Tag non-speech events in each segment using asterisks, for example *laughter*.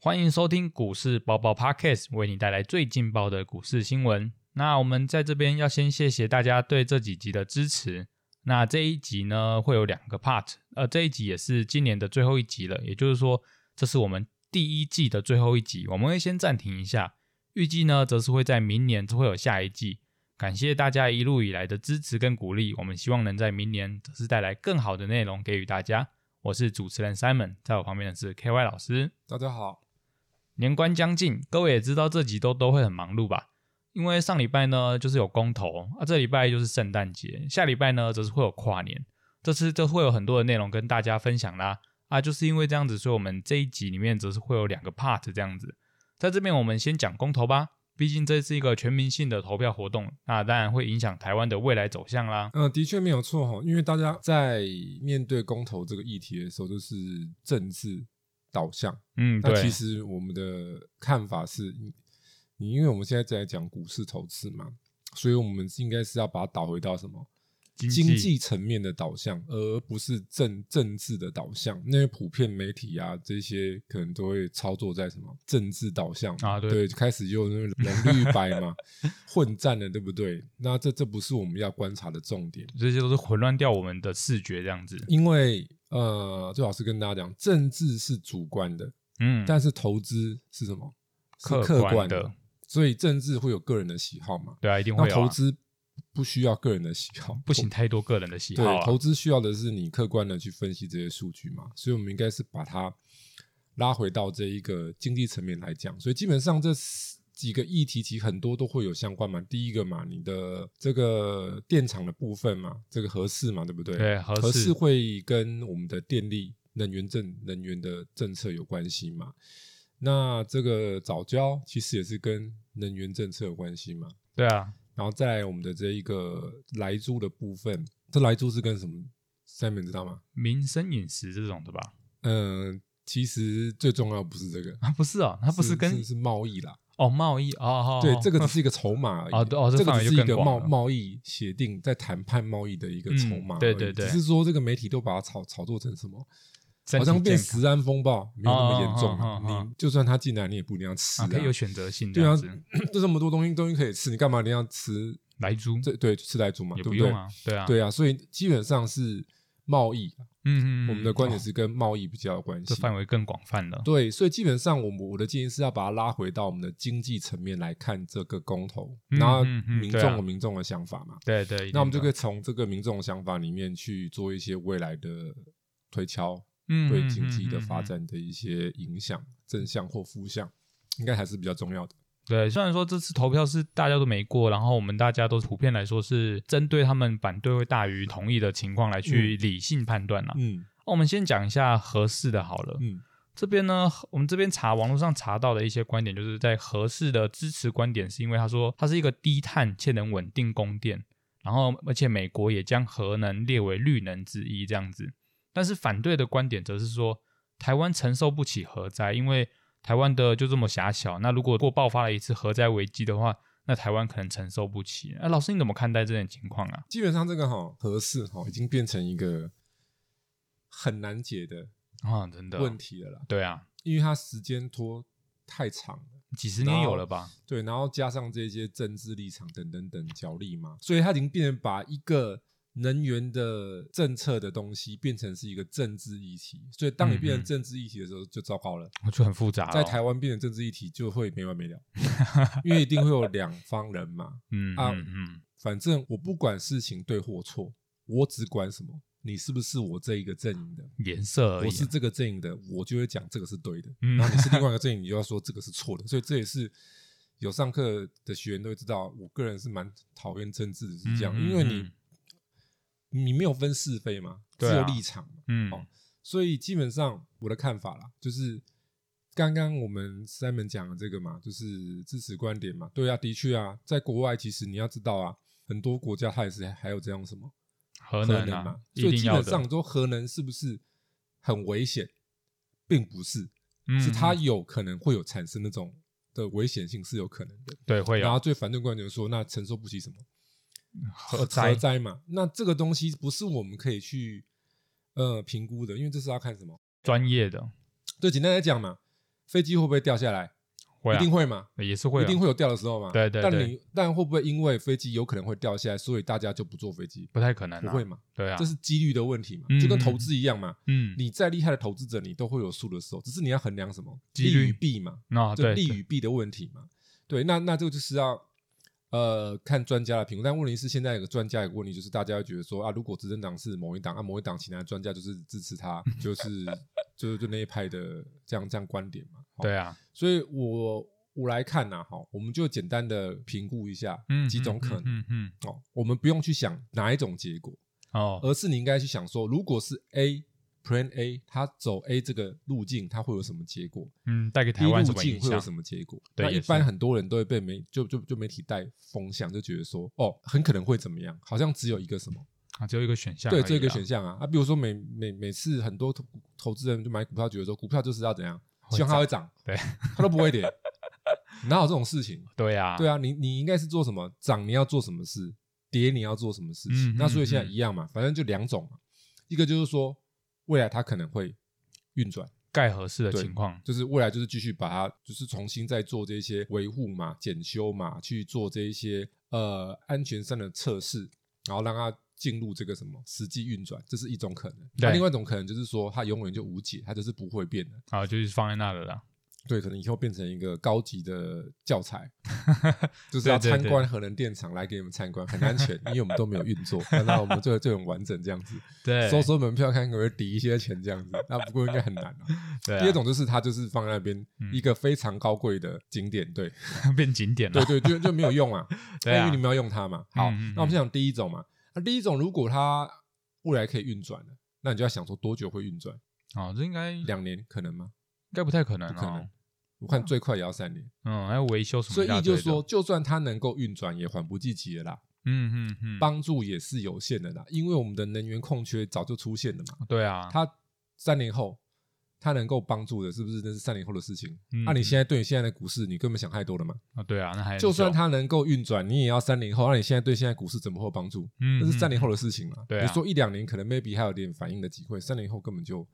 欢迎收听股市宝宝 Podcast，为你带来最劲爆的股市新闻。那我们在这边要先谢谢大家对这几集的支持。那这一集呢会有两个 part，呃，这一集也是今年的最后一集了，也就是说这是我们第一季的最后一集，我们会先暂停一下。预计呢则是会在明年会有下一季。感谢大家一路以来的支持跟鼓励，我们希望能在明年则是带来更好的内容给予大家。我是主持人 Simon，在我旁边的是 KY 老师。大家好，年关将近，各位也知道这几周都会很忙碌吧？因为上礼拜呢就是有公投啊，这礼拜就是圣诞节，下礼拜呢则是会有跨年，这次就会有很多的内容跟大家分享啦。啊，就是因为这样子，所以我们这一集里面则是会有两个 part 这样子。在这边我们先讲公投吧，毕竟这是一个全民性的投票活动，那当然会影响台湾的未来走向啦。呃，的确没有错哈，因为大家在面对公投这个议题的时候，就是政治导向。嗯，那其对，实我们的看法是，你你因为我们现在在讲股市投资嘛，所以我们应该是要把它导回到什么经经济层面的导向，而不是政政治的导向。因为普遍媒体啊这些可能都会操作在什么政治导向嘛啊对对，开始就有 *laughs* 那种红绿白嘛混战了，对不对？那这这不是我们要观察的重点。这些都是混乱掉我们的视觉这样子。因为呃，最好是跟大家讲，政治是主观的，嗯，但是投资是什么？是客客观观的，所以政治会有个人的喜好嘛？对啊，一定会那有啊、投资不需要个人的喜好， *laughs* 不行太多个人的喜好、对，啊。投资需要的是你客观的去分析这些数据嘛，所以我们应该是把它拉回到这一个经济层面来讲。所以基本上这四几个议题其实很多都会有相关嘛。第一个嘛，你的这个电厂的部分嘛，这个合适嘛，对不对？对合适合适会跟我们的电力能源政能源的政策有关系嘛。那这个早教其实也是跟能源政策有关系嘛。对啊，然后再来我们的这一个莱猪的部分，这莱猪是跟什么？Simon 知道吗？民生饮食这种的吧？嗯、其实最重要不是这个，啊，不是哦，它不是跟是是贸易啦。哦贸易哦哦，哦对，这个只是一个筹码而已。哦对哦这这范个围只就是一更个广贸了贸易协定在谈判贸易的一个筹码而已、嗯对对对只是说这个媒体都把它炒炒作成什么，身好体像变健康食安风暴，没有那么严重、啊哦哦哦哦哦你就算他进来，你也不一定要吃、啊，可以有选择性这对啊样子，，就 *clears throat* 这么多东西东西可以吃，你干嘛一定要吃？来猪这对吃莱猪嘛，也对不对？用啊，对啊，对啊，所以基本上是贸易，啊嗯嗯嗯，我们的观点哦是跟贸易比较有关系这。范围更广泛了，对，所以基本上我们我的建议是要把它拉回到我们的经济层面来看这个公投，嗯然后嗯嗯民对众啊有民众的想法嘛，对对，那我们就可以以从这个民众的想法里面去做一些未来的推敲，对经济的嗯嗯发，嗯嗯嗯嗯展的一些影响，正向或负向，应该还是比较重要的。对，虽然说这次投票是大家都没过，然后我们大家都普遍来说是针对他们反对会大于同意的情况来去理性判断啦。嗯哦我们先讲一下合适的好了，嗯这边呢，我们这边查网络上查到的一些观点，就是在合适的支持观点，是因为他说它是一个低碳且能稳定供电，然后而且美国也将核能列为绿能之一这样子。但是反对的观点则是说，台湾承受不起核灾，因为台湾的就这么狭小，那如果过爆发了一次核灾危机的话，那台湾可能承受不起。哎那、老师你怎么看待这种情况啊？基本上这个哈合适哈已经变成一个很难解的啊，真的，问题了啦。对啊，因为它时间拖太长了，几十年有了吧？对，然后加上这些政治立场等等等角力嘛，所以它已经变成把一个能源的政策的东西变成是一个政治议题，所以当你变嗯嗯成政治议题的时候就糟糕了，就很复杂哦了。在台湾变成政治议题就会没完没了， *laughs* 因为一定会有两方人嘛，嗯，啊嗯嗯反正我不管事情对或错，我只管什么，你是不是我这一个阵营的，嗯，颜色而已啊。我是这个阵营的，我就会讲这个是对的。嗯然后你是另外一个阵营，你就要说这个是错的。所以这也是有上课的学员都会知道，我个人是蛮讨厌政治的，是这样，嗯嗯因为嗯你你没有分是非嘛，只对啊有立场嘛。嗯，哦所以基本上我的看法啦，就是刚刚我们 Simon 讲的这个嘛，就是支持观点嘛。对啊，的确啊，在国外其实你要知道啊，很多国家它也是还有这样什么核核能能啊嘛，，一所以定基要本的上，说核能是不是很危险，并不是，嗯是它有可能会有产生那种的危险性是有可能的。对啊会然有后最反对观点说，那承受不起什么核核灾，灾嘛，那这个东西不是我们可以去呃评估的，因为这是要看什么。专业的，最简单来讲嘛，飞机会不会掉下来？会一定啊，会嘛，也是会、啊，一定会有掉的时候嘛。对对对但你但会不会因为飞机有可能会掉下来，所以大家就不坐飞机？不太可能、不啊，会嘛，对啊这，是几率的问题嘛嗯，就跟投资一样嘛。嗯，你再厉害的投资者，你都会有输的时候，只是你要衡量什么几利率与弊嘛。那就对利对与弊的问题嘛。对，那那这个就是要呃看专家的评估。但问题是，现在有个专家有个问题，就是大家会觉得说啊，如果执政党是某一党啊，某一党其他专家就是支持他，就是 *laughs* 就是就那一派的这样这样观点嘛。好对啊，所以我我来看呐、哈，我们就简单的评估一下嗯，几种嗯可能、嗯嗯嗯哦，我们不用去想哪一种结果，哦，而是你应该去想说，如果是 A。Plan A，他走 A 这个路径，他会有什么结果？嗯，带给台低湾路什么径影会响有？什么结果？对那也一是般很多人都会被媒就就就媒体带风向，就觉得说哦，很可能会怎么样，好像只有一个什么，啊，只有一个选项而已对，啦，这个选项啊啊，比如说每每每次很多投投资人就买股票，觉得说股票就是要怎样，会希望它会涨，对，它都不 *laughs* 会跌，哪有这种事情？对啊，对啊，啊，你你应该是做什么？涨你要做什么事？跌你要做什么事嗯情？嗯那所以现在嗯一样嘛，反正就两种嘛，一个就是说未来它可能会运转。盖合适的对情况，就是未来就是继续把它，就是重新再做这些维护嘛、检修嘛，去做这一些呃安全上的测试，然后让它进入这个什么实际运转，这是一种可能。对那另外一种可能就是说，它永远就无解，它就是不会变的。啊，就是放在那了啦，对，可能以后变成一个高级的教 *laughs* 材，就是要对对参对观核能电厂来给你们参观，很安全，因为我们都没有运作，那我们就就很完整这样子， *laughs* 对，收收门票看可不可以抵一些钱这样子。那不过应该很难啊。对啊嗯第二种就是它就是放在那边一个非常高贵的景点，对 *laughs* 变景点对了，对，就就没有用啊，嗯 *laughs* 对啊因为你们要用它嘛。好，嗯嗯嗯那我们想第一种嘛，那第一种如果它未来可以运转了，那你就要想说多久会运转？哦，这应该应两年可能吗？该不太可能不可哦能，我看最快也要三年。嗯，还有维修什么，所以意就是说，，就算它能够运转，也缓不济急了啦，嗯嗯嗯，帮助也是有限的啦，因为我们的能源空缺早就出现了嘛。对啊，它三年后。它能够帮助的，是不是那是三年后的事情？那、嗯你现在对你现在的股市，你根本想太多了嘛？啊对啊，那还很就算久，它能够运转，你也要三年后。那你现在对现在股市怎么会有帮助？嗯，那是三年后的，的事情嘛。对啊你说一两年可能 maybe 还有点反应的机会，三年后根本就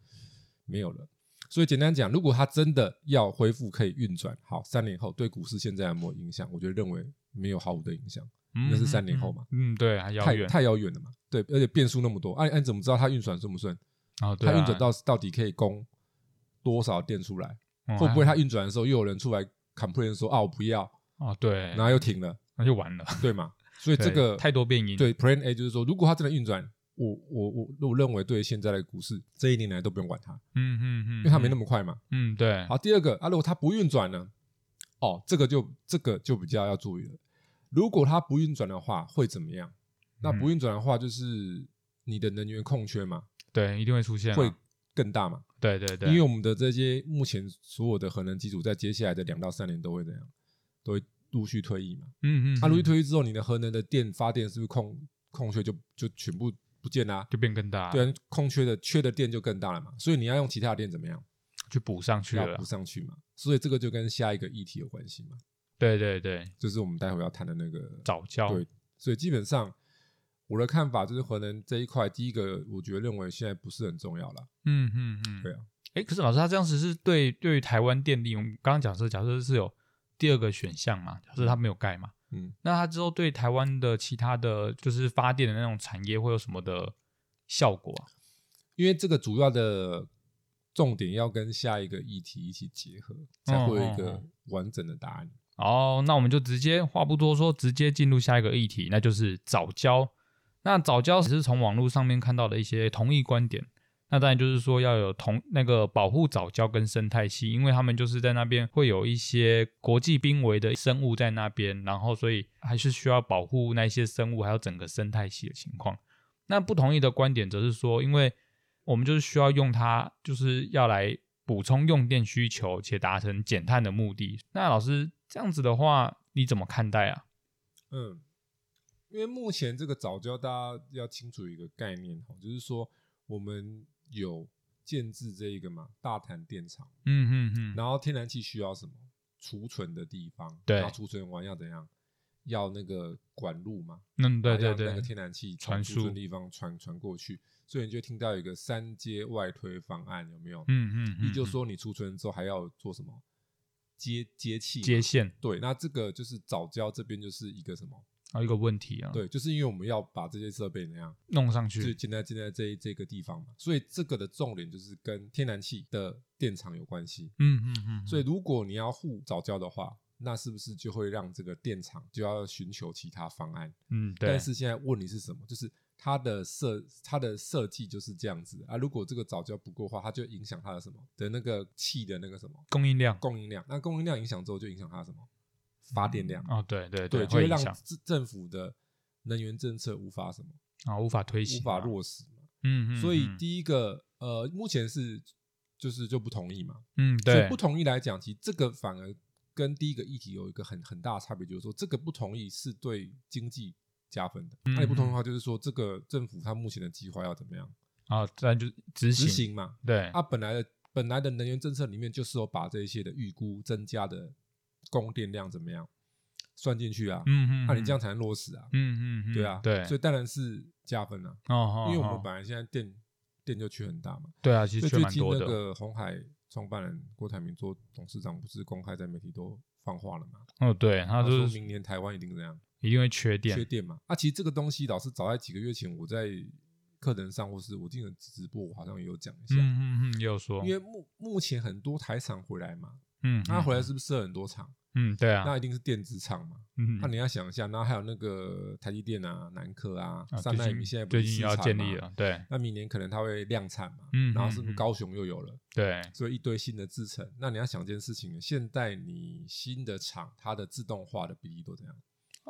没有了。所以简单讲，如果它真的要恢复可以运转，好，三年后对股市现在有没有影响？我觉得认为没有毫无的影响，嗯那是三年后嘛，嗯，嗯对，还遥太远，太遥远了嘛。对，而且变数那么多，哎、啊、哎、你怎么知道它运转顺不顺？哦，对它啊，运转到到底可以供多少电出来？嗯会不会它运转的时候又有人出来 complain 说啊我不要，哦，对，然后又停了？那就完了，对嘛？所以对这个太多变因对 Plan A 就是说，如果它真的运转，我我我我认为对现在的股市这一年来都不用管它，嗯嗯嗯，因为它没那么，么快嘛。嗯，对，好，第二个啊，如果它不运转呢？哦，这个就这个就比较要注意了。如果它不运转的话，会怎么样？那嗯不运转的话，就是你的能源空缺嘛，对，一定会出现啊，会更大嘛。对对啊对，因为我们的这些目前所有的核能机组，在接下来的两到三年都会怎样？都会陆续退役嘛。啊嗯嗯，它陆续嗯退役之后，你的核能的电发电是不是空空缺就就全部不见啦、就变更大，对啊，空缺的缺的电就更大了嘛，所以你要用其他的电怎么样？去补上去要了补，上去嘛，所以这个就跟下一个议题有关系嘛，对对对，就是我们待会要谈的那个。早教，对所以基本上我的看法就是核能这一块，第一个我觉得认为现在不是很重要了。嗯嗯嗯，对啊。哎，可是老师，他这样子是对对于台湾电力，我们刚刚讲是假设是有第二个选项嘛，假设他没有盖嘛，嗯，那他之后对台湾的其他的就是发电的那种产业会有什么的效果啊？因为这个主要的重点要跟下一个议题一起结合，才会有一哦个哦完整的答案。哦，那我们就直接话不多说，直接进入下一个议题，那就是早教。那早教只是从网络上面看到的一些同意观点，那当然就是说要有同那个保护早教跟生态系，因为他们就是在那边会有一些国际濒危的生物在那边，然后所以还是需要保护那些生物，还有整个生态系的情况。那不同意的观点则是说，因为我们就是需要用它，就是要来补充用电需求，且达成减碳的目的。那老师这样子的话，你怎么看待啊？嗯，因为目前这个早教，大家要清楚一个概念哈，就是说我们有建制这一个嘛大潭电厂，嗯嗯嗯，然后天然气需要什么储存的地方，对然后储存完要怎样要那个管路嘛，嗯，对啊对让那对个，天然气传从输住这地方传传过去，所以你就听到有一个三阶外推方案，有没有？嗯嗯，你就嗯说你出村之后还要做什么接接气嘛接线对，那这个就是早教这边就是一个什么？啊一个问题啊，，嗯对，就是因为我们要把这些设备那样弄上就是去，建在建在这一这个地方嘛，所以这个的重点就是跟天然气的电厂有关系。嗯嗯嗯，所以以如果你要护早教的话，那是不是就会让这个电厂就要寻求其他方案？嗯对，但是现在问题是什么？就是它的设它的设计就是这样子啊。如果这个早教不够的话，它就影响它的什么的那个气的那个什么供应量供应量。那供应量影响之后，就影响它的什么发电量？哦，对对对，就会会影让响政政府的能源政策无法什么啊无法推无行，法，落实嘛。嗯嗯，所以嗯第一个呃，目前是就是就不同意嘛。嗯所以对不同意来讲，其实这个反而跟第一个议题有一个很很大的差别，就是说这个不同意是对经济加分的。那、嗯你不同意的话，就是说这个政府它目前的计划要怎么样啊，但就是执执行，行嘛？对，它、本来的本来的能源政策里面就是有把这一些的预估增加的供电量怎么样算进去啊？嗯嗯，那、你这样嗯，才能落实啊？嗯嗯，嗯对啊，对，所以当然是加分啊，哦哦，因为我们哦本来现在电电就缺很大嘛。对啊，其实所缺以最蛮近多那的，个红海创办人郭台铭做董事长，不是公开在媒体都放话了嘛？哦对，他说就是明年台湾一定怎样一定会缺缺电，电嘛？啊，其实这个东西老师早在几个月前，我在课程上或是我进了直播，我好像也有讲一下。嗯嗯嗯，也有说，因为目目前很多台厂回来嘛，嗯，那、嗯回来，是不是设很多厂？嗯对啊，那一定是电子厂嘛？嗯那、你要想一下，那还有那个台积电啊、南科啊、啊三最奈近米现在不最是近试要产建嘛立了，对那明年可能它会量产嘛？嗯然后嗯是不是嗯高雄又有了？对，所以一堆新的制程。那你要想一件事情，现在你新的厂它的自动化的比例都怎样？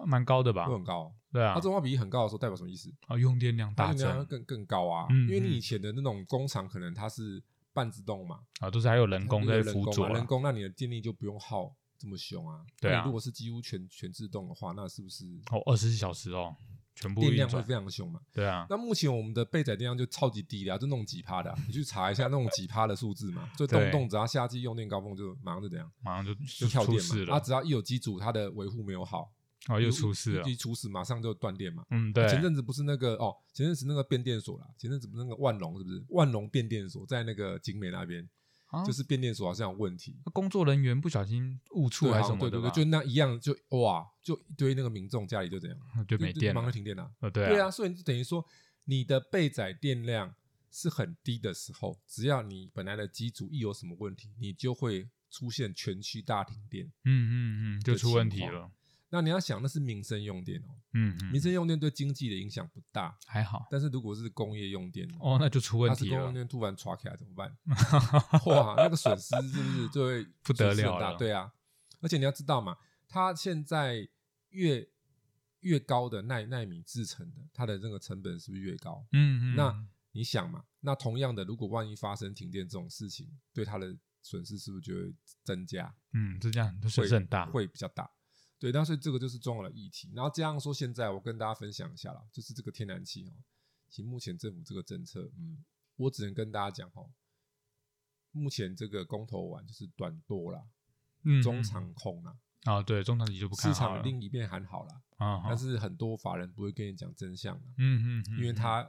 蛮高的吧都？很高哦。对啊它自，动化比例很高的时候，代表什么意思？啊用电量它大应该增会更更高啊，嗯因为你嗯以前的那种工厂可能它是半自动嘛，啊，都是还有人工因为在人辅工佐嘛，人啊，工，那你的电力就不用耗这么凶啊。对啊那你如果是几乎全全自动的话，那是不是哦二十四小时哦，全部电运量会转，非常凶嘛？对啊，那目前我们的备载电量就超级低的、啊，就那种几趴的啊、你去查一下那种几趴的数字嘛，就动对不动只要夏季用电高峰就马上就怎样。马上就就就跳出电事嘛。啊，了，只要一有机组它的维护没有好，哦又出事一了一，出事马上就断电嘛。嗯对，前阵子不是那个哦，前阵子那个变电所啦，前阵子不是那个万隆是不是？万隆变电所在那个景美那边，啊就是变电所好像有问题，工作人员不小心误触对，还好是什像么对的对吧对，，就那一样就哇，就一堆那个民众家里就怎样，就没电马了上，停电了。呃对对啊，，所以就等于说你的备载电量是很低的时候，只要你本来的机组一有什么问题，你就会出现全区大停电。嗯嗯嗯，就的出问情题况了，那你要想，那是民生用电哦，嗯嗯，民生用电对经济的影响不大，还好，但是如果是工业用电呢，哦那就出问它是题工业了用，电突然抓起来怎 *laughs* 么办？哇，那个损失是不是就会不得了了损失很大对啊，而且你要知道嘛，它现在越越高的耐耐米制成的，它的这个成本是不是越高？嗯嗯，那你想嘛，那同样的，如果万一发生停电这种事情，对它的损失是不是就会增加？嗯，就这样，就损会失很大。会比较大。对，那所以这个就是重要的议题。然后加上说，现在我跟大家分享一下啦，就是这个天然气哦，其实目前政府这个政策，嗯，我只能跟大家讲哦，目前这个公投完就是短多啦，嗯，中嗯场空啦，啊，对，中长期就不看市好场了。另一边喊好啦，啊，好但是很多法人不会跟你讲真相啦，嗯嗯嗯，因为嗯他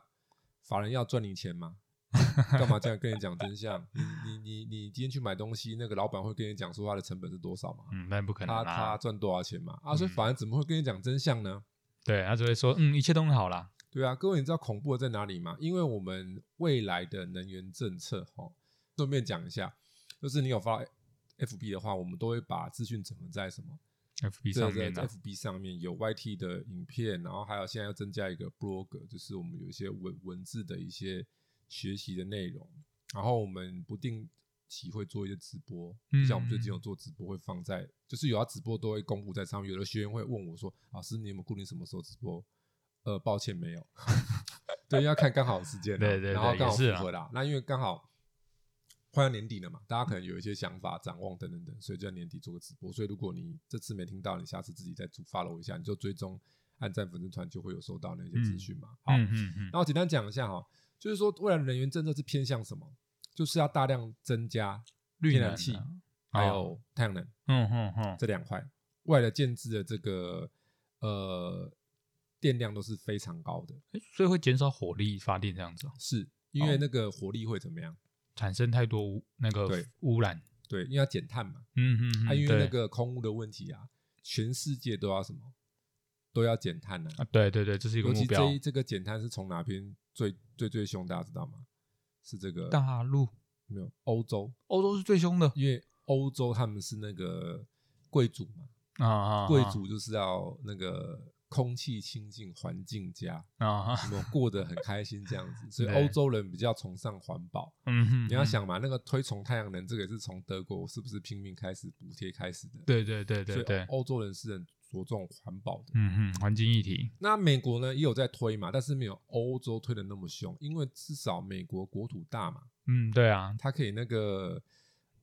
法人要赚你钱嘛。 *laughs* 干嘛这样跟你讲真相？你你你你今天去买东西，那个老板会跟你讲说他的成本是多少吗？嗯，那不可能他他啦。赚多少钱嘛？啊，所以嗯法人怎么会跟你讲真相呢？对他只会说，嗯，一切都很好啦。对啊，各位，你知道恐怖的在哪里吗？因为我们未来的能源政策，哈，顺便讲一下，就是你有发 FB 的话，我们都会把资讯整合在什么？ FB 这上个面啊的， FB 上面有 YT 的影片，然后还有现在要增加一个 blog，就是我们有一些文文字的一些学习的内容，然后我们不定。期会做一些直播，嗯就像我们最近有做直播，会放在就是有要直播都会公布在上面。有的学员会问我说：“老师，你有没有固定什么时候直播？”呃，抱歉，没有。 *laughs* 对，要看刚好时间啊，对对对然后刚好也是符啊合啦。那因为刚好快要年底了嘛，大家可能有一些想法、展望等等等，所以就在年底做个直播。所以如果你这次没听到，你下次自己再主发了我一下，你就追踪按赞粉丝团就会有收到那些资讯嘛。好，嗯嗯嗯，然后简单讲一下哈，就是说未来的能源政策是偏向什么？就是要大量增加绿天然能气啊还哦有太阳能嗯嗯嗯，这两块，未来的建制的这个呃电量都是非常高的，诶所以会减少火力发电这样子哦，是因为那个火力会怎么样？产生太多污那个对污染。对，因为要减碳嘛，嗯嗯嗯，啊，因为对那个空污的问题啊，全世界都要什么都要减碳啊，啊，对对对，这是一个尤目其标这。一这个减碳是从哪边最最最凶，大家知道吗？是这个大陆、没有欧洲，欧洲是最凶的因为欧洲他们是那个贵族嘛，啊啊，啊贵族就是要那个空气清净、环 *laughs* 境佳，啊，啊有没有过得很开心这样子？所以对欧洲人比较崇尚环保。嗯哼，你要嗯，想嘛，那个推崇太阳能，这个也是从德国是不是拼命开始补贴开始的？对对对所对以对，欧洲人是很着重环保的。哦嗯哼，环境议题，那美国呢也有在推嘛，但是没有欧洲推的那么凶，因为至少美国国土大嘛，嗯，对啊，它可以那个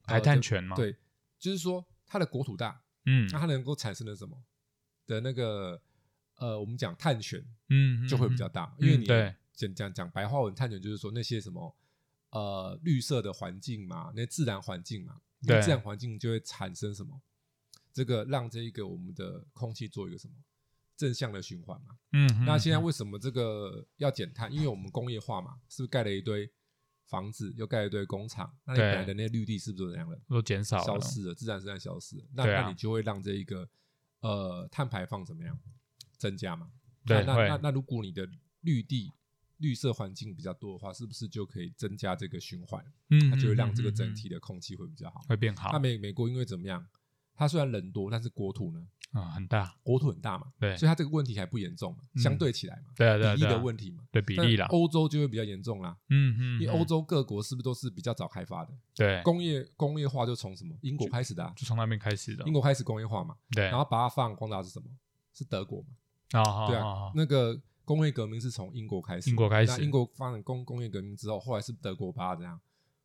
呃排碳权嘛，，对，就是说它的国土大，嗯那它能够产生的什么的那个呃，我们讲碳权嗯，就会比嗯较大，嗯因为你对讲讲讲白话文，碳权就是说那些什么呃绿色的环境嘛，那些自然环境嘛，对那自然环境就会产生什么？这个让这一个我们的空气做一个什么正向的循环嘛？嗯，嗯那现在嗯为什么这个要减碳？因为我们工业化嘛，是不是盖了一堆房子，又盖了一堆工厂？那你对本来的那些绿地是不是都怎样了？都减少消了，失了，自然生态消失了，那、对啊那你就会让这一个呃碳排放怎么样增加嘛？对那会那那那如果你的绿地绿色环境比较多的话，是不是就可以增加这个循环？嗯，那就会嗯让这个嗯整嗯体的空气会比较好。会变好那美美国因为怎么样？它虽然人多，但是国土呢，啊，很大，国土很大嘛，对所以它这个问题还不严重嘛，嗯相对起来嘛，对啊对啊比例对啊的问题嘛，对比例啦但，欧洲就会比较严重啦，嗯嗯，因嗯为欧洲各国是不是都是比较早开发的？对，工业工业化就从什么英国开始的啊？就从那边开始的，英国开始工业化嘛，对，然后把它发扬光大是什么？是德国嘛？啊啊对啊啊啊，，那个工业革命是从英国开始，英国开始那英国发展工工业革命之后，后来是德国把它怎样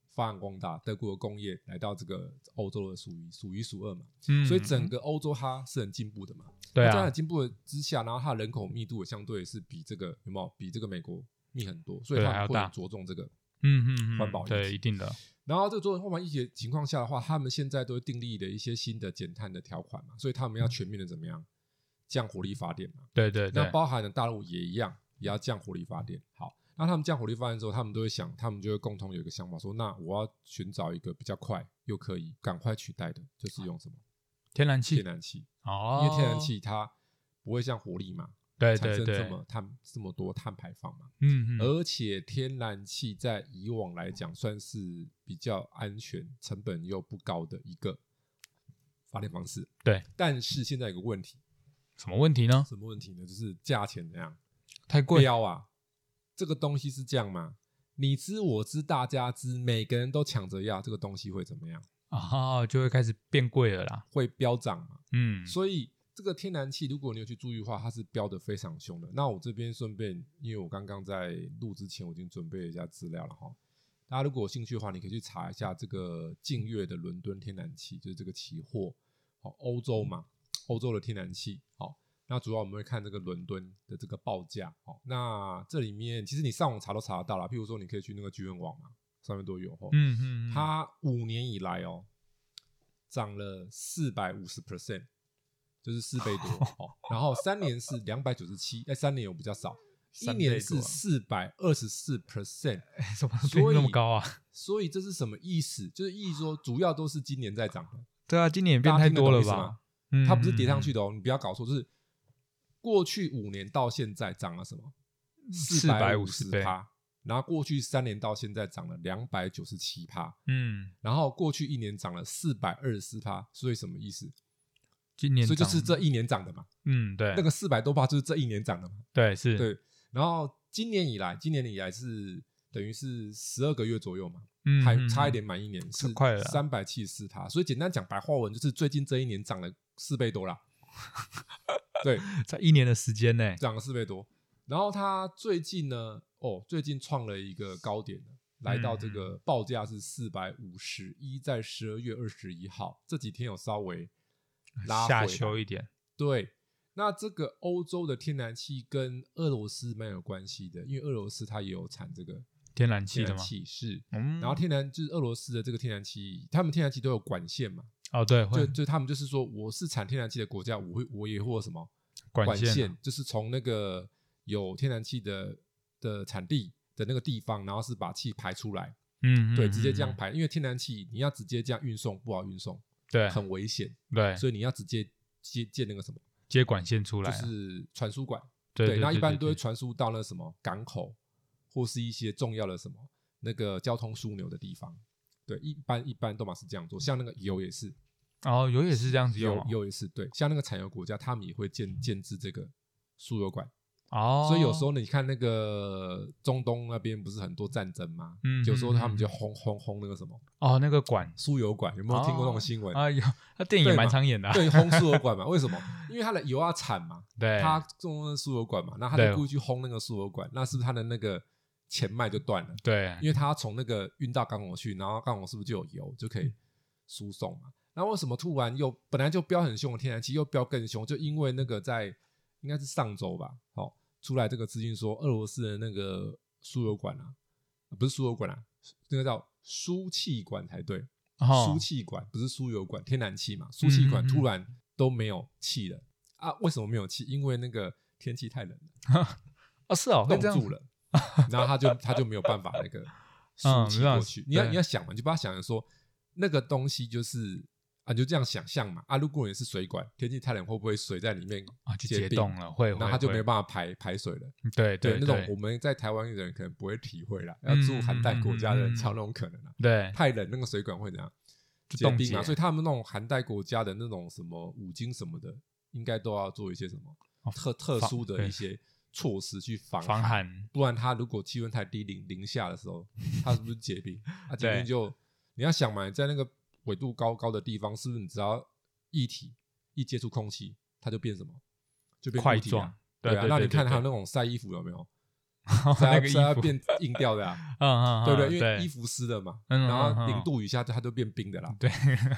发扬光大？德国的工业来到这个欧洲的数一数一数二嘛，嗯所以整嗯个欧洲它是很进步的嘛。对那在啊很，进步的之下，然后它的人口密度也相对是比这个有没有比这个美国密很多，所以对啊它还要会大着重这个。嗯嗯嗯，环保议对题一定的，然后这个多元化环议题的情况下的话，他们现在都订立了一些新的减碳的条款嘛，所以他们要全面的怎么样降火力发电嘛？对对那对，包含了大陆也一样，也要降火力发电。好，那他们降火力发电之后，他们都会想，他们就会共同有一个想法说，那我要寻找一个比较快又可以赶快取代的，就是用什么天然气天然气，哦，因为天然气它不会像火力嘛，对产对生这对，么呃碳这么多碳排放嘛。嗯嗯，而且天然气在以往来讲算是比较安全、成本又不高的一个发电方式。对，但是现在有个问题，什么问题呢？什么问题呢？就是价钱怎样太贵，标啊？这个东西是这样吗？你知我知，大家知，每个人都抢着要，这个东西会怎么样？啊，就会开始变贵了啦。会飙涨嘛？嗯，所以这个天然气，如果你有去注意的话，它是标的非常凶的。那我这边顺便，因为我刚刚在录之前我已经准备了一下资料了哈。大家如果有兴趣的话，你可以去查一下这个近月的伦敦天然气，就是这个期货，好，欧洲嘛，欧洲的天然气，好，那主要我们会看这个伦敦的这个报价，好，那这里面其实你上网查都查得到啦，譬如说你可以去那个巨人网嘛，上面都有哈，嗯嗯，嗯它五年以来哦，涨了四百五十 percent，就是四倍多 *laughs* 哦。然后三年是两百九十七，哎，三年有比较少，一三倍年多是啊四百二十四 percent，哎怎么 *laughs* 变所以那么高啊？所以这是什么意思？就是意思说，主要都是今年在涨的，对啊，今年也变大家太听得多懂了意思吧吗？嗯它不是叠上去的，的哦，你不要搞错，就是过去五年到现在涨了什么？ 450倍趴，然后过去三年到现在涨了两百九十七趴，嗯，然后过去一年涨了四百二十四趴，所以什么意思？今年所以就涨是这，一年涨的嘛，嗯，对，那个四百多趴就是这一年涨的嘛。对是，对，然后今年以来，今年以来是等于是十二个月左右嘛，嗯，还嗯差一点，满一年，是快了啊三百七十四趴。所以简单讲白话文，就是最近这一年涨了四倍多啦。 *laughs* 对，嗯才一年的时间呢，涨了四倍多。然后它最近呢，哦，最近创了一个高点了来到嗯这个报价是四百五十一，在十二月二十一号这几天有稍微拉回哎下来修一点，对，那这个欧洲的天然气跟俄罗斯蛮有关系的，因为俄罗斯它也有产这个天然气天的然嘛，气是。嗯，然后天然就是俄罗斯的这个天然气，他们天然气都有管线嘛，哦对，就会就他们就是说，我是产天然气的国家，我会我也会有什么管管线啊线，就是从那个有天然气的的产地的那个地方，然后是把气排出来，嗯，对，嗯直接这嗯嗯样排，因为天然气你要直接这样运送不好运送，对很危险，对，所以你要直接接建那个什么，接管线出来就啊，是传输管，对对，那一对般对都会对传输到那什么港口或是一些重要的什么那个交通枢纽的地方。对，一般一般都嘛是这样做，像那个油也是，哦，油也是这样子用油哦油也是对，像那个产油国家，他们也会建建制这个输油管，哦，所以有时候你看那个中东那边不是很多战争吗？嗯有时候嗯他嗯们就轰轰轰那个什么哦那个管输油管，有没有听过那种新闻？啊有，那电影对蛮嘛常演的啊，对，轰输油管嘛？为什么？因为它的油要产嘛，对，他中那输油管嘛，那他哎对就故意去轰那个输油管，那是不是他的那个钱脉就断了？对因为他从那个运到港口去，然后港口是不是就有油就可嗯以输送嘛？那为什么突然又本来就飙很凶的天然气又飙更凶？就因为那个在应该是上周吧，好、出来这个资讯说俄罗斯的那个输油管啊，不是输油管啊，那个叫输气管才对，哦输气管不是输油管，天然气嘛，输气管嗯嗯嗯突然都没有气了、啊？为什么没有气？因为那个天气太冷了，哦是哦，会冻这样住了，然后他就他就没有办法 *laughs* 那个输气嗯没办法过去。你要对你要想嘛，你就把它想成说那个东西就是啊，你就这样想象嘛啊，如果你是水管，天气太冷会不会水在里面啊就结解冰冻了，会，然后会它就会嗯没有办法排排水了。对对，那种对我们在台湾人可能不会体会啦，要嗯住寒带国家的嗯嗯嗯人才有那种可能啊。对太冷，那个水管会怎样？就结冻冰啊！结所以他们那种寒带国家的那种什么五金什么的，应该都要做一些什么哦特特防殊的对一些措施去防防寒。寒不然它如果气温太低零零下的时 *laughs* 候，它是不是结冰？它结对冰就你要想嘛，在那个纬度高高的地方，是不是你只要一体一接触空气，它就变什么？就变块固体状啊。，对啊，那你看还他有那种晒衣服 *laughs* 有没有？晒那个衣晒到服，变硬 *laughs* 掉的啊！嗯嗯，对不嗯对，因为衣服湿了嘛，嗯然嗯后嗯零度以下它就变冰的啦。对，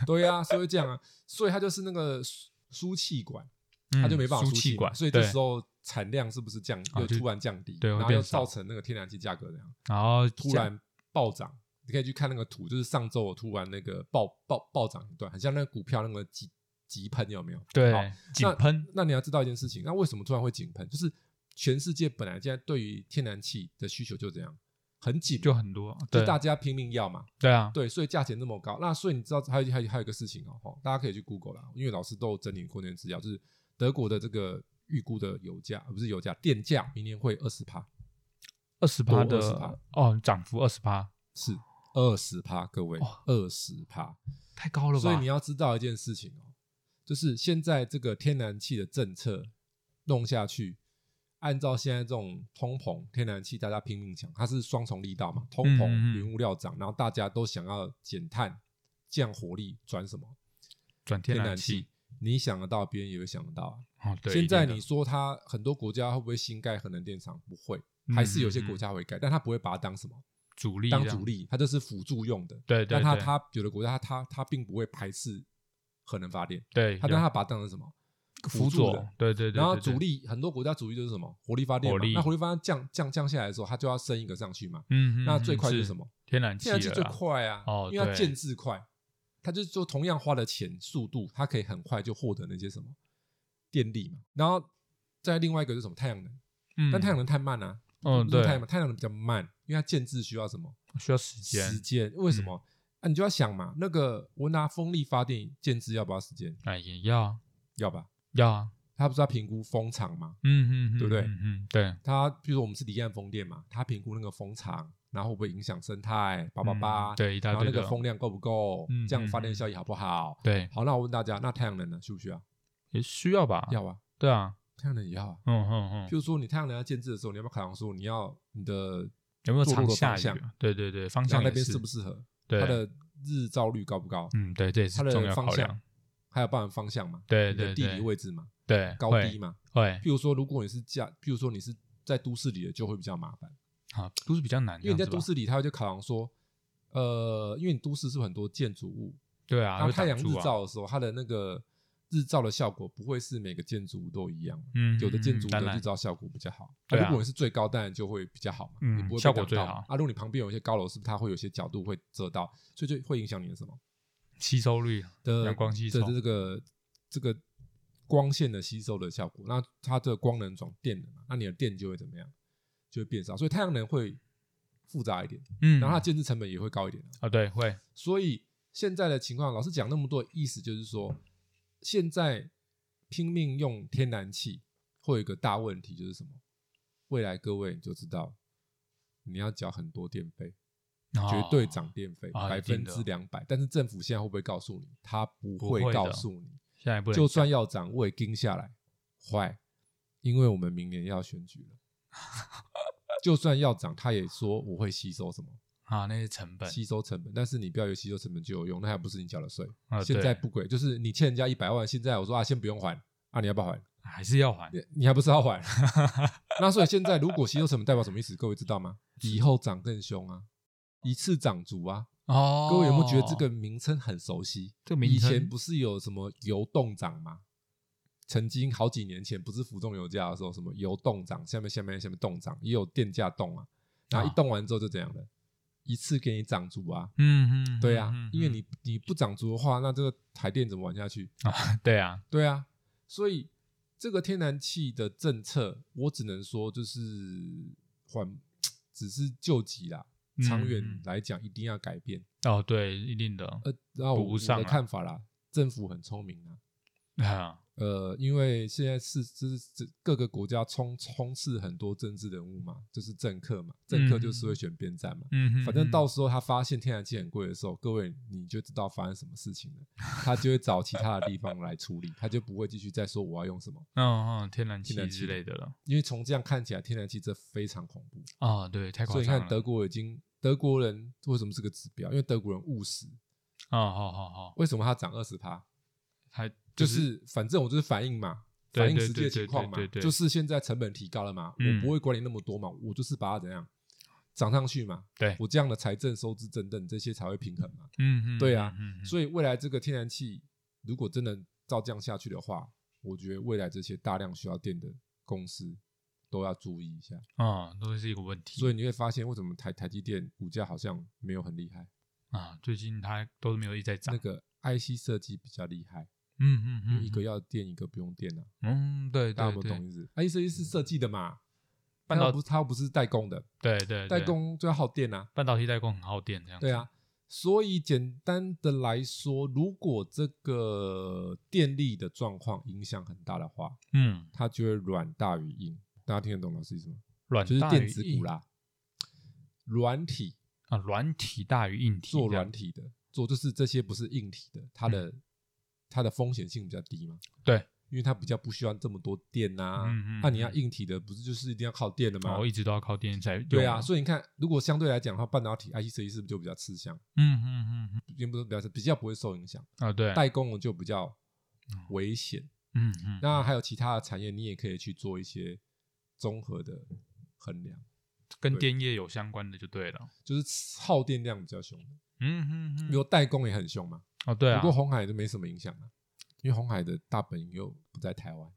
对呀、所以会这样啊，所以它就是那个输输气管，它就没办嗯法输输气气嘛管，所以这对时候产量是不是降啊又就突然降低，对会然后变又少造成那个天然气价格这样然后突这样然暴涨。你可以去看那个图，就是上周我突然那个暴暴暴涨一段，很像那个股票那个急急喷有没有？好对井喷，那你要知道一件事情，那为什么突然会井喷？就是全世界本来现在对于天然气的需求就这样，很紧，就很多，就对大家拼命要嘛。对啊，对，所以价钱那么高，那所以你知道还有还有还有一个事情哦，吼大家可以去 Google 啦，因为老师都有整理过年资料，就是德国的这个预估的油价，呃不是油价，电价明年会二十趴，二十趴多的20%哦，涨幅二十趴，是二十趴，各位哇，二十趴。太高了吧？所以你要知道一件事情哦，就是现在这个天然气的政策弄下去，按照现在这种通膨，天然气大家拼命抢，它是双重力道嘛，通膨嗯嗯嗯原物料涨，然后大家都想要减碳、降火力，转什么？转天然气，你想得到，别人也会想得到啊。哦，对，现一定在的你说它很多国家会不会新盖核能电厂？不会，嗯还是有些嗯嗯国家会盖，但它不会把它当什么主力当这样主，力，它就是辅助用的。对对，但它对它有的国家它它它并不会排斥核能发电，对它有但它把它当成什么？辅助佐的，对对对，然后对对主力很多国家主力就是什么火力发电火嘛力，那火力发电降降降下来的时候，它就要升一个上去嘛。嗯，嗯那嗯最快就是是什么？天然气天然气了最啦快啊，哦因为它对建制快，它就是说同样花的钱速度，它可以很快就获得那些什么电力嘛。然后再另外一个就是什么太阳能，嗯，但太阳能太慢啊，嗯不是对太阳能太阳能比较慢，因为它建制需要什么需要时间，嗯时间？为什么？啊，你就要想嘛，那个我拿风力发电建制要不要时间？哎，也要要吧？要啊，它不是要评估风场吗？嗯嗯，嗯对不对嗯嗯，对，它比如说我们是离岸风电嘛，它评估那个风场，然后会不会影响生态，叭叭叭，嗯对一大然后堆那的个风量够不够嗯，这样发嗯嗯电效益好不好？对，好，那我问大家，那太阳能呢，需不需要？也需要吧？要啊，对啊，太阳能也要啊。嗯嗯嗯譬，如说，你太阳能要建制的时候，你要不要考量说，你要你的有没有坐常落的下方雨向啊？对对对，方然向后那也边是适不适合，对它的日照率高不高，嗯，对，这也是它的重要方考向量。，还有包含方向嘛，对你的对地对理位置嘛，对，高会低嘛。会譬如说，如果你是家，譬如说你是在都市里的，就会比较麻烦，啊，都是比较难这因为样你子吧，在都市里，它就考量说，呃，因为你都市是不是很多建筑物，对啊，当会太挡阳住日啊，照的时候，它的那个日照的效果不会是每个建筑物都一样。嗯，有的建筑嗯当的然日照效果比较好。对那啊如果你是最高，当然就会比较好嘛，嗯你不会被效果挡最到好啊，如果你旁边有一些高楼，是不是它会有些角度会遮到，所以就会影响你的什么吸收率，的阳光吸的收这个这个光线的吸收的效果，那它的光能转电了嘛，那你的电就会怎么样？就会变少，所以太阳能会复杂一点，嗯，然后它啊、建制成本也会高一点啊、对，会，所以现在的情况，老师讲那么多，意思就是说，现在拼命用天然气，会有一个大问题就是什么？未来各位你就知道，你要缴很多电费，哦绝对涨电费，啊百一分定的之两百。但是政府现在会不会告诉你？他不不会会的告诉你，现在不能就算要涨，我也盯下来，坏，因为我们明年要选 *laughs* 举了。就算要涨，他也说我会吸收什么？啊，那些成本吸收成本，但是你不要有吸收成本就有用，那还不是你缴了税？啊，现在对不轨，就是你欠人家一百万，现在我说啊，先不用还啊，你要不要还？还是要还，你你还不是 *laughs* 要还？那所以现在如果吸收成本代表什么意思？各位知道吗？以后涨更凶啊，一次涨足啊！哦，各位有没有觉得这个名称很熟悉？这个名以称前不是有什么油动涨吗？曾经好几年前，不是浮动油价的时候，什么油动涨，下面下面下面动涨，也有电价动啊，然后一啊动完之后就怎样了？一次给你涨足啊！嗯嗯，对啊嗯嗯，因为嗯你你不涨足的话，那这个台电怎么玩下去？对啊，对啊，所以这个天然气的政策，我只能说就是缓，只是救急啦。嗯长嗯远来讲，一定要改变。哦，对，一定的，呃，然后补我不上我啊的看法啦，政府很聪明啊。啊，呃，因为现在是就是这各个国家充充斥很多政治人物嘛，就是政客嘛，政客就是会选边站嘛。嗯哼，反正嗯到时候他发现天然气很贵的时候，各位你就知道发生什么事情了，他就会找其他的地方来处理，他就不会继续再说我要用什么，嗯嗯，天然气天然气之类的了，因为从这样看起来，天然气这非常恐怖。啊，对，太所夸以你张看了，德国已经，德国人为什么是个指标？因为德国人务实，啊，好好好，为什么他涨二十趴？还就是反正我就是反应嘛，嗯对反映对实际对的对情况嘛对对，对就是现在成本提高了嘛，嗯我不会管你那么多嘛，我就是把它怎样涨上去嘛，对，我这样的财政收支等等这些才会平衡嘛。嗯嗯，对啊嗯，嗯所以未来这个天然气如果真的照这样下去的话，我觉得未来这些大量需要电的公司都要注意一下。啊，都是一个问题，所以你会发现，为什么台台积电股价好像没有很厉害？啊，最近它都没有一直在涨那，个 IC 设计比较厉害，嗯嗯因为嗯，一个要电，一个不用电啊。嗯，对大家对有没有对嗯懂意思？IC 设计是设计的嘛，半导它不是它不是代工的，对对，代对工就要耗电啊。半导体代工很耗电，这样子对，啊，所以简单的来说，如果这个电力的状况影响很大的话，嗯，它就会软大于硬。大家听得懂老师意思吗？软就是大于电子硬股啦，软体啊，软体大于硬体，做软，体的，做就是这些不是硬体的，它的、它的风险性比较低嘛，嗯对，因为它比较不需要这么多电呐、啊。嗯嗯那、你要嗯哦硬体的，不是就是一定要靠电的然吗后？一直都要靠电才用对啊，所以你看，如果相对来讲的话，半导体 IC 设计是不是就比较吃香，嗯嗯嗯嗯，并不是比较比较不会受影响，啊，对，代工的就比较危险。嗯嗯，那还有其他的产业，你也可以去做一些综合的衡量。跟对电业有相关的就对了。就是耗电量比较凶的，嗯嗯比嗯，如代工也很凶嘛。哦对啊，不过红海就没什么影响了，因为红海的大本营又不在 *laughs* 台湾，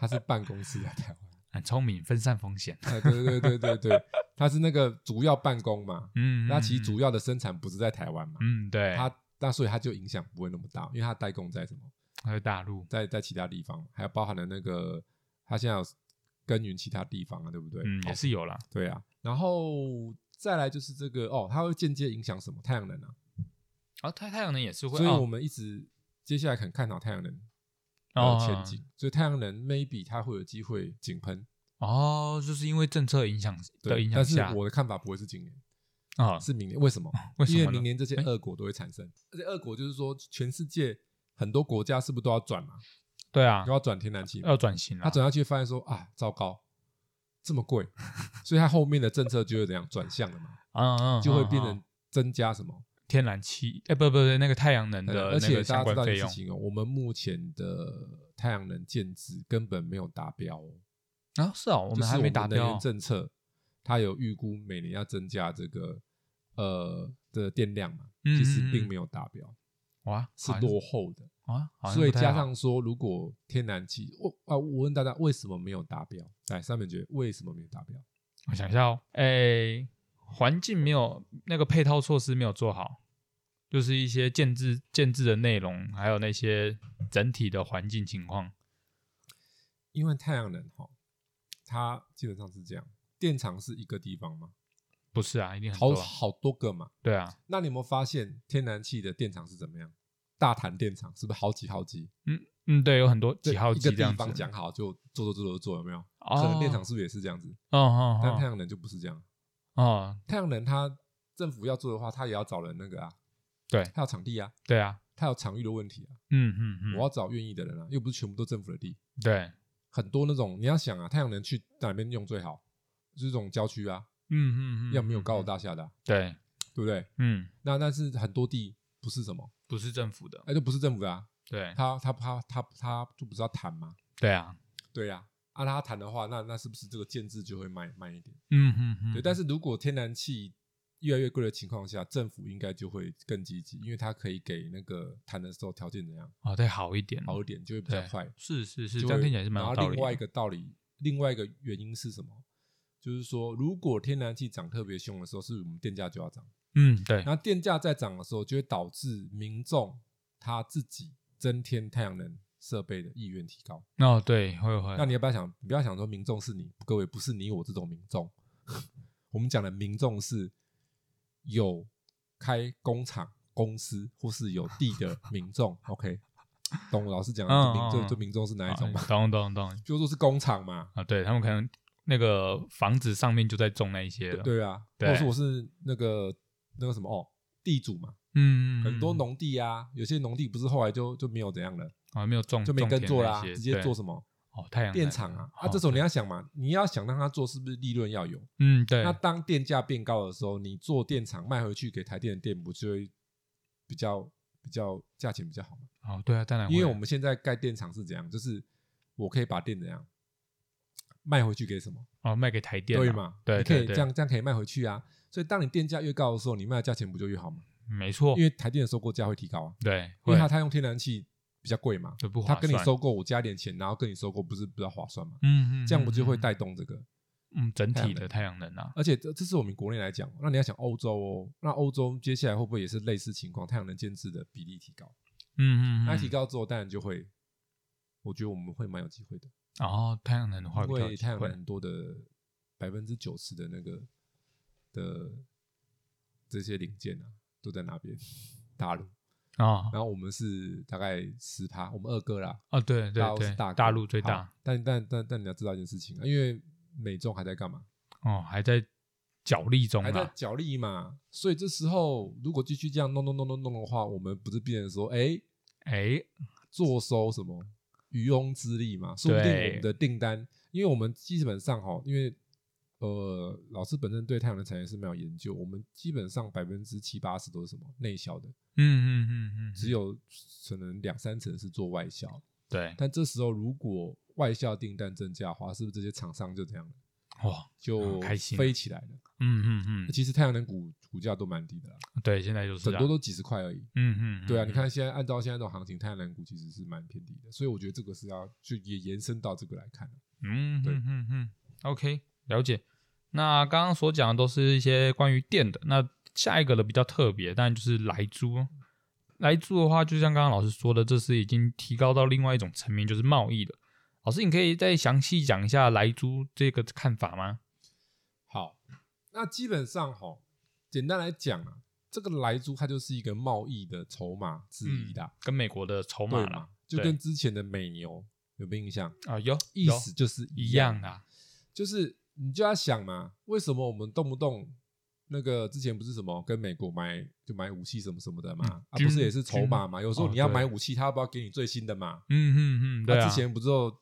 它是办公室在台湾。很聪明，分散风险。哎，对对对对对，它是那个主要办公嘛，嗯，那其实足，主要的生产不是在台湾嘛，嗯对，它那所以它就影响不会那么大，因为它代工在什么，还有大陆，在在其他地方，还有包含了那个它现在有耕耘其他地方啊，对不对？嗯也是有啦。对啊，然后再来就是这个哦，它会间接影响什么太阳能啊。哦，太太阳能也是会，所以我哦们一直接下来很看好太阳能哦的前景，所以太阳能 maybe 它会有机会井喷，哦，就是因为政策影响的对影，响但是下我的看法不会是今年，啊，是明年。为什么？为什么因呢为明年这些哎恶果都会产生，而且恶果就是说全世界很多国家是不是都要转嘛，对啊都，要转天然气嘛，要转型他了。转下去发现说啊，糟糕。这么贵，所以它后面的政策就会怎样转向了嘛，嗯嗯，就会嗯变嗯成增加什么？呃天然气，哎，不不不，那个太阳能的而那且个大相家知关道一费件用事情哦，我们目前的太阳能建制根本没有达标哦。啊，是哦，我就们是还没达们能标源哦，政策，它有预估每年要增加这个呃的电量嘛，嗯其实嗯嗯并没有达标，哇，是好像落后的。啊，好像所以不太加好上说，如果天然气，我啊，我问大家为什么没有达标？来，三面觉得为什么没有达标？我想一下哦，诶，环境没有那个配套措施没有做好，就是一些建制建制的内容，还有那些整体的环境情况因为太阳能哈，它基本上是这样，电厂是一个地方嘛，不是啊，一定很好多啊、好多个嘛。对啊，那你有没有发现天然气的电厂是怎么样？大潭电厂是不是好几好几？嗯，对，有很多这几号一机个这地样方子。讲好就做做做做做，有没有？哦可能电厂是不是也是这样子？哦哦但太哦阳能就不是这样。哦，太阳能它政府要做的话，它也要找人那个啊，对它有场地啊，对啊，它有场域的问题啊，嗯嗯嗯，我要找愿意的人啊，又不是全部都政府的地，对，很多那种你要想啊，太阳能去哪边用最好？就是这种郊区啊，嗯嗯嗯，要没有嗯高楼嗯大厦的啊、对，对不对？嗯，那但是很多地不是什么，不是政府的，哎，就不是政府的啊，对他他他他他就不是要谈嘛，对啊，对呀、啊，按、他谈的话，那那是不是这个建制就会慢慢一点？嗯嗯嗯，对，但是如果天然气越来越贵的情况下，政府应该就会更积极，因为它可以给那个谈的时候条件怎样哦，对，好一点，好一点，就会比较对，快。是是是，就这样会听起来是蛮有然道后理另的。外一个道理，另外一个原因是什么？就是说，如果天然气涨特别凶的时候，是我们电价就要涨。嗯，对，然后电价在涨的时候，就会导致民众他自己增添太阳能设备的意愿提高。哦，对，会会，那你要不要想？你不要想说民众是你，各位不是你我这种民众。 *laughs* 我们讲的民众是有开工厂、公司或是有地的民众。OK，懂我老师讲的嗯民嗯就嗯就民众是哪一种啊吗？懂懂懂 *laughs* 就说是工厂嘛，啊，对他们可能那个房子上面就在种那一些了，对啊，或对者是我是那个那个什么哦，地主嘛，嗯，嗯，嗯很多农地啊，有些农地不是后来就就没有怎样了，啊没有种就没种耕田作那啦，些直接对做什么哦太阳电能厂啊哦啊！这时候你对要想嘛，你要想让它做，是不是利润要有？嗯对那当电价变高的时候，你做电厂卖回去给台电的电，不就会比较比较价钱比较好嘛？哦对啊，当然会因为我们现在盖电厂是怎样，就是我可以把电怎样卖回去给什么？哦卖给台电对啊嘛？对你可对以对这样这样可以卖回去啊。所以当你电价越高的时候，你卖的价钱不就越好吗？没错因，为台电的收购价会提高啊，对，因会为它它用天然气比较贵嘛，就不它划跟你算收购我加点钱，然后跟你收购，不是比较划算吗？嗯嗯，这样不就会嗯带动这个？嗯整太阳体能的太阳能啊？而且这这是我们国内来讲，那你要想欧洲哦，那欧洲接下来会不会也是类似情况？太阳能建制的比例提高，嗯嗯，那嗯提高之后，当然就会，我觉得我们会蛮有机会的，哦太阳能的话因比较有为机太阳会能很多的百分之九十的那个的这些零件啊，都在那边 *laughs* 大陆，哦然后我们是大概十趴，我们二哥啦，哦对大对陆是对，大哥大陆最大好但但但但你要知道一件事情啊，因为美中还在干嘛？哦还在角力中还在啊，角力嘛，所以这时候如果继续这样弄弄弄弄弄的话，我们不是变成说，哎、哎坐收什么渔翁之利嘛？说不定对我们的订单，因为我们基本上哈，因为呃，老师本身对太阳能产业是没有研究，我们基本上百分之七八十都是什么内销的，嗯嗯嗯嗯，只有可能两三成是做外销。对但这时候如果外销订单增加的话，是不是这些厂商就这样了，哇就嗯开心啊飞起来了？嗯嗯其实太阳能股股价都蛮低的啦，嗯对现在就是很啊多都几十块而已。嗯嗯嗯对啊，你嗯看现在按照现在这种行情，太阳能股其实是蛮偏低的，所以我觉得这个是要就也延伸到这个来看。啊嗯，对嗯嗯嗯，OK，了解。那刚刚所讲的都是一些关于电的，那下一个的比较特别，当然就是来租。来租的话，就像刚刚老师说的，这是已经提高到另外一种层面，就是贸易的。老师，你可以再详细讲一下来租这个看法吗？好，那基本上哈，简单来讲啊，这个莱猪它就是一个贸易的筹码之一啦，嗯跟美国的筹码啊对啦嘛？嗯就对跟之前的美牛有没有印象？啊，有意有思就是一样样，啊。就是你就要想嘛，为什么我们动不动那个之前不是什么跟美国买就买武器什么什么的嘛，嗯啊军不是也是筹码嘛？有时候哦你要对买武器，他要不要给你最新的嘛？嗯嗯嗯，对那、啊，之前不是有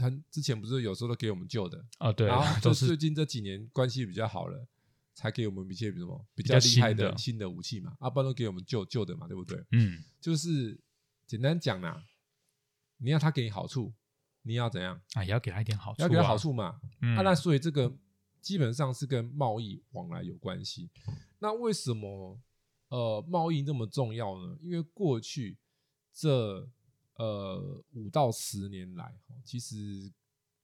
很之前不是有时候都给我们旧的，啊对然后，都就是最近这几年关系比较好了，才给我们一些比如什么比嗯较较厉害新的的新的武器嘛，啊，不然都给我们旧旧的嘛，对不对？嗯就是简单讲啦，你要他给你好处，你要怎样？啊，也要给他一点好处，要给他好，处嘛，嗯，啊，那所以这个基本上是跟贸易往来有关系。那为什么呃贸易那么重要呢？因为过去这呃五到十年来，哦其实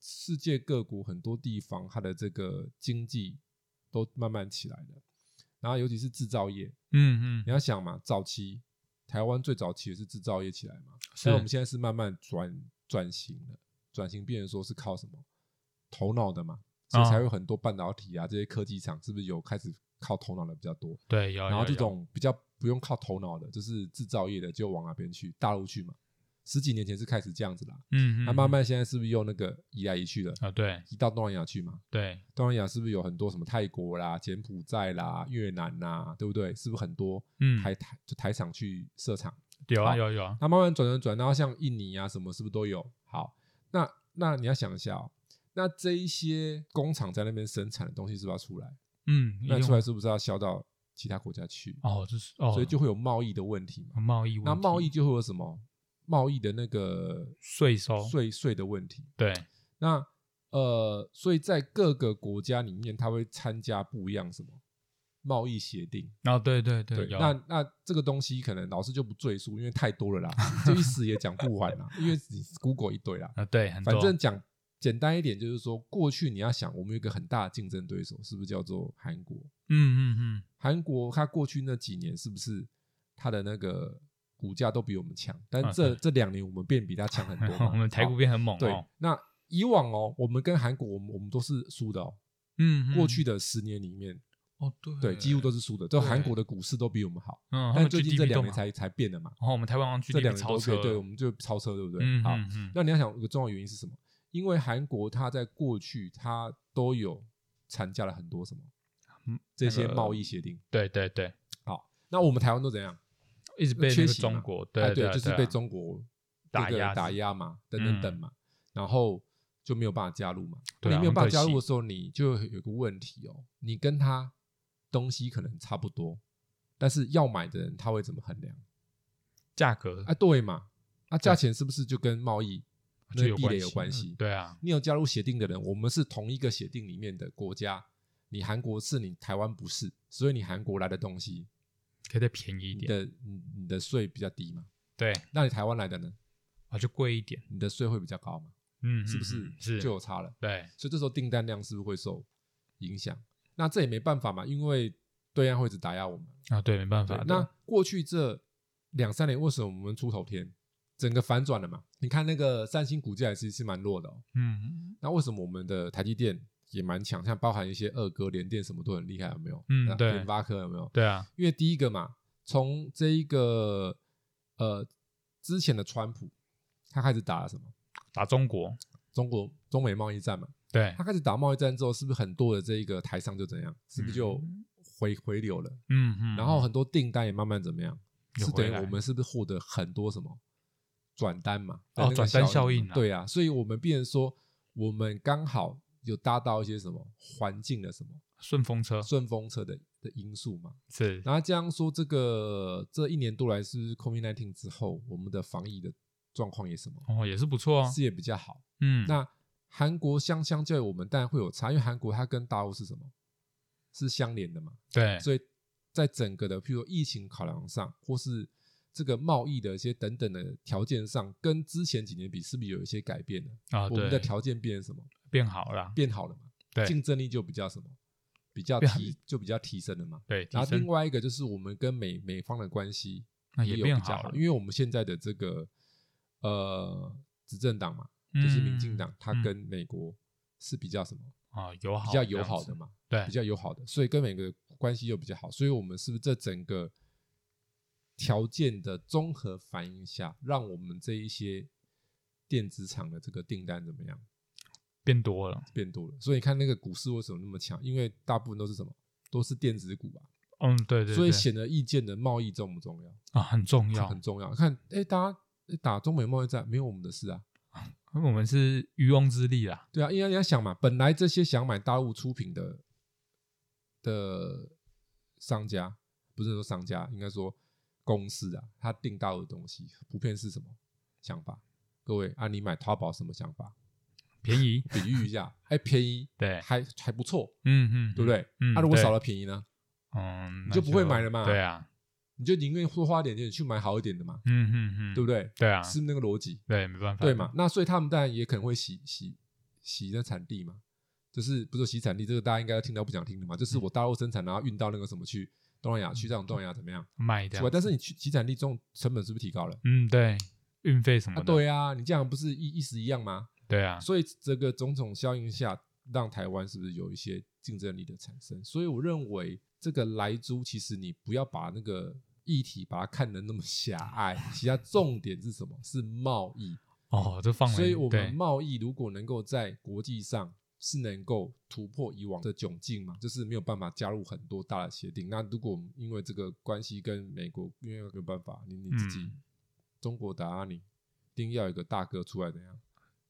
世界各国很多地方它的这个经济都慢慢起来了，然后尤其是制造业，嗯嗯你要想嘛，早期台湾最早期也是制造业起来嘛，是但我们现在是慢慢转转型了，转型变成说是靠什么头脑的嘛，所以啊才有很多半导体啊这些科技厂是不是有开始靠头脑的比较多？对，有。然后有这有种比较不用靠头脑的，就是制造业的就往哪边去？大陆去嘛。十几年前是开始这样子啦，嗯，那、嗯慢嗯慢现在是不是又那个移来移去的？啊，对移到东南亚去嘛？对，东南亚是不是有很多什么泰国啦、柬埔寨啦、越南啦，对不对？是不是很多嗯台台就台厂去设厂？有啊好有有啊，那慢慢转转转，然后像印尼啊什么是不是都有？好，那那你要想一下、哦，那这一些工厂在那边生产的东西是不是要出来？嗯，一那定出来会是不是要销到其他国家去？哦，这是哦，所以就会有贸易的问题嘛。贸易问那贸题易就会有什么？贸易的那个税收税税的问题。对，那呃，所以在各个国家里面，它会参加不一样什么贸易协定。然后对对对，有那那这个东西可能老师就不赘述，因为太多了啦，就一时也讲不完啦，因为你 Google 一堆啦。啊对，很反多正讲简单一点，就是说过去你要想，我们有一个很大的竞争对手，是不是叫做韩国？嗯嗯嗯，韩国它过去那几年是不是它的那个股价都比我们强？但啊这、对这两年我们变比它强很多嘛。 *laughs* 我们台好股变很猛对哦，，那以往哦，我们跟韩国，我们我们都是输的哦。嗯，过嗯去的十年里面，哦对对，几乎都是输的。就对韩国的股市都比我们好，嗯，他但们最近 GDP 这都两年嘛才才变的嘛。然后我们台湾好像这两 GDP 超年都车变，了，对，我们就超车，对不对？嗯好，嗯嗯，那你要想有个重要原因是什么？因为韩国它在过去它都有参加了很多什么嗯这些那个贸易协定。对对对，好，那我们台湾都怎样？一直被缺那个席嘛中国哎对对啊就是啊被中国打那个压打是压嘛，等等等嗯嘛，然后就没有办法加入嘛。对啊你没有很办可法加入的惜时候，你就有个问题哦，你跟他东西可能差不多，但是要买的人他会怎么衡量？价格啊，对嘛，啊，价钱是不是就跟贸易就那个有壁垒关有系关嗯系？对啊，你有加入协定的人，我们是同一个协定里面的国家，你韩国是，你台湾不是，所以你韩国来的东西，可以再便宜一你点，的你你的税比较低嘛，对那你台湾来的呢，啊就贵一点，你的税会比较高嘛？嗯，是嗯不是嗯是就有差了？对所以这时候订单量是不是会受影响？那这也没办法嘛，因为对岸会一直打压我们。啊对，没办法对的，那过去这两三年，为什么我们出头天？整个反转了嘛？你看那个三星股价也其实是蛮弱的、哦，嗯那为什么我们的台积电也蛮强？像包含一些二哥、联电什么都很厉害，有没有？嗯那对联发科有没有？对啊，因为第一个嘛，从这一个呃之前的川普，他开始打了什么？打中国中国中美贸易战嘛，对他开始打贸易战之后，是不是很多的这一个台商就怎样？是不是就回回流了？嗯嗯，然后很多订单也慢慢怎么样？有是等于回来我们是不是获得很多什么转单嘛？哦那个转单效应应啊嘛对啊，所以我们变成说，我们刚好有搭到一些什么环境的什么顺风车顺风车的的因素嘛。是然后这样说，这个这一年多来是 COVID 1 9之后，我们的防疫的状况也什么、哦也是不错啊，是也比较好。嗯那韩国相相较于我们，当然会有差，因为韩国它跟大陆是什么是相连的嘛。对所以在整个的，譬如说疫情考量上，或是这个贸易的一些等等的条件上，跟之前几年比，是不是有一些改变呢？啊我们的对条件变成什么？变好了，变好了嘛？对竞争力就比较什么？比较变提就比较提升了嘛。对，提然后升另外一个就是我们跟美美方的关系那也也有变比较好好，了因为我们现在的这个呃执政党嘛，就是民进党嗯，它嗯跟美国是比较什么？啊友好比较这友样好子的嘛。对比较友好的，所以跟每个关系又比较好，所以我们是不是这整个条件的综合反应下，让我们这一些电子厂的这个订单怎么样变多了，变多了？所以你看那个股市为什么那么强？因为大部分都是什么？都是电子股啊，嗯对对，所以对显而易见的贸易重不重要？啊很重要，很重要。看，哎、大家诶打中美贸易战没有我们的事啊，因为我们是渔翁之利啦，对啊，因为你要想嘛，本来这些想买大陆出品的的商家，不是说商家，应该说公司啊，他订大陆的东西，普遍是什么想法？各位啊，你买淘宝什么想法？便宜，比喻一下，哎，便宜， *laughs* 对还还不错，嗯嗯，对不对？嗯啊，如果对少了便宜呢，嗯，你那就不会买了嘛对啊，你就宁愿多花点钱去买好一点的嘛，嗯嗯嗯，对不对？对啊，是不是那个逻辑，对，没办法，对嘛？？那所以他们当然也可能会洗洗洗那产地嘛，就是不是洗产地，这个大家应该听到不想听的嘛，嗯就是我大陆生产，然后运到那个什么去东南亚去，让东南亚怎么样？卖对掉吧？，但是你去洗产地这种成本是不是提高了？嗯，对，运费什么啊，的，对啊，你这样不是一一时一样吗？对啊，所以这个种种效应下，让台湾是不是有一些竞争力的产生？所以我认为这个莱猪，其实你不要把那个议题把它看得那么狭隘，其他重点是什么？是贸易。哦，这放了，所以我对们贸易如果能够在国际上是能够突破以往的窘境嘛，就是没有办法加入很多大的协定。那如果我们因为这个关系跟美国，因为没有办法，你你自己、嗯中国打压你，一定要有一个大哥出来怎样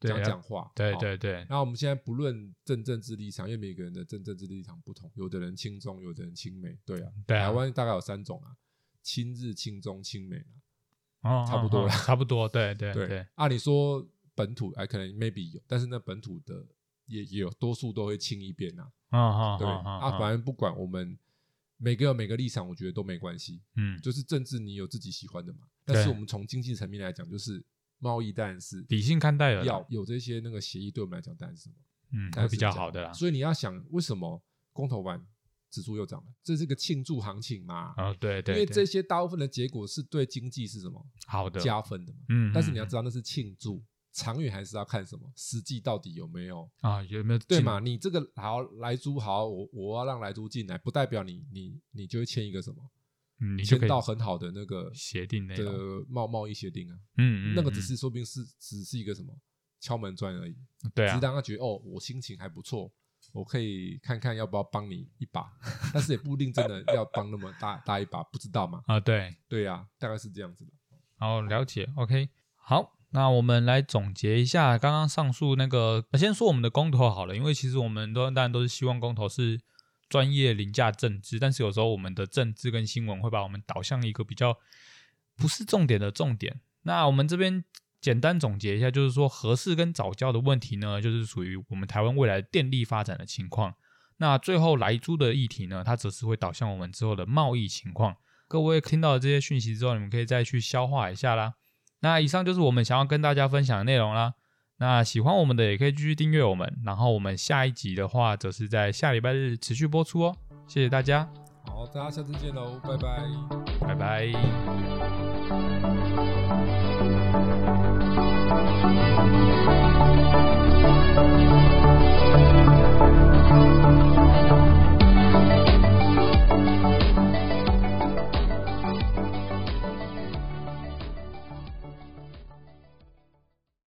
对讲要讲话，对好对对，那我们现在不论政政治立场，因为每个人的政政治立场不同，有的人亲中，有的人亲美，对啊，对啊台湾大概有三种啊，亲日、亲中、亲美啊。哦，差不多哦了哦差不多，对对对对，按理说本土哎，可能 maybe 有，但是那本土的也也有多数都会亲一边呐、嗯嗯啊，对、啊，反正不管我们每个有每个立场，我觉得都没关系，嗯，就是政治你有自己喜欢的嘛。对但是我们从经济层面来讲，就是贸易当然是理性看待了啦，要有这些那个协议，对我们来讲当然是什么。嗯，它会是比较好的啦。所以你要想，为什么公投完指数又涨了？这是个庆祝行情嘛？哦，对因对，为对这些大部分的结果是对经济是什么好的，加分的嘛。嗯，但是你要嗯知道那是庆祝，长远还是要看什么实际到底有没有嗯啊，有没有对进嘛？你这个好莱猪好，我我要让莱猪进来，不代表你你你就会签一个什么，嗯你就签可以到很好的那个协定内的容，贸贸易协定啊，嗯，嗯那个只嗯是说不定是只是一个什么敲门砖而已，对只啊是，让他觉得哦，我心情还不错。我可以看看要不要帮你一把，但是也不一 *laughs* 定真的要帮那么大大一把，不知道嘛？啊对，对呀、大概是这样子的。好，了解，OK，好，那我们来总结一下刚刚上述那个，呃先说我们的公投好了，因为其实我们都当然都是希望公投是专业凌驾政治，但是有时候我们的政治跟新闻会把我们导向一个比较不是重点的重点。那我们这边简单总结一下，就是说合适跟早教的问题呢，就是属于我们台湾未来电力发展的情况。那最后来租的议题呢，它则是会导向我们之后的贸易情况。各位听到这些讯息之后，你们可以再去消化一下啦。那以上就是我们想要跟大家分享的内容啦。那喜欢我们的也可以继续订阅我们，然后我们下一集的话，则是在下礼拜日持续播出哦。谢谢大家，好，大家下次见喽，拜拜。拜拜。 Thank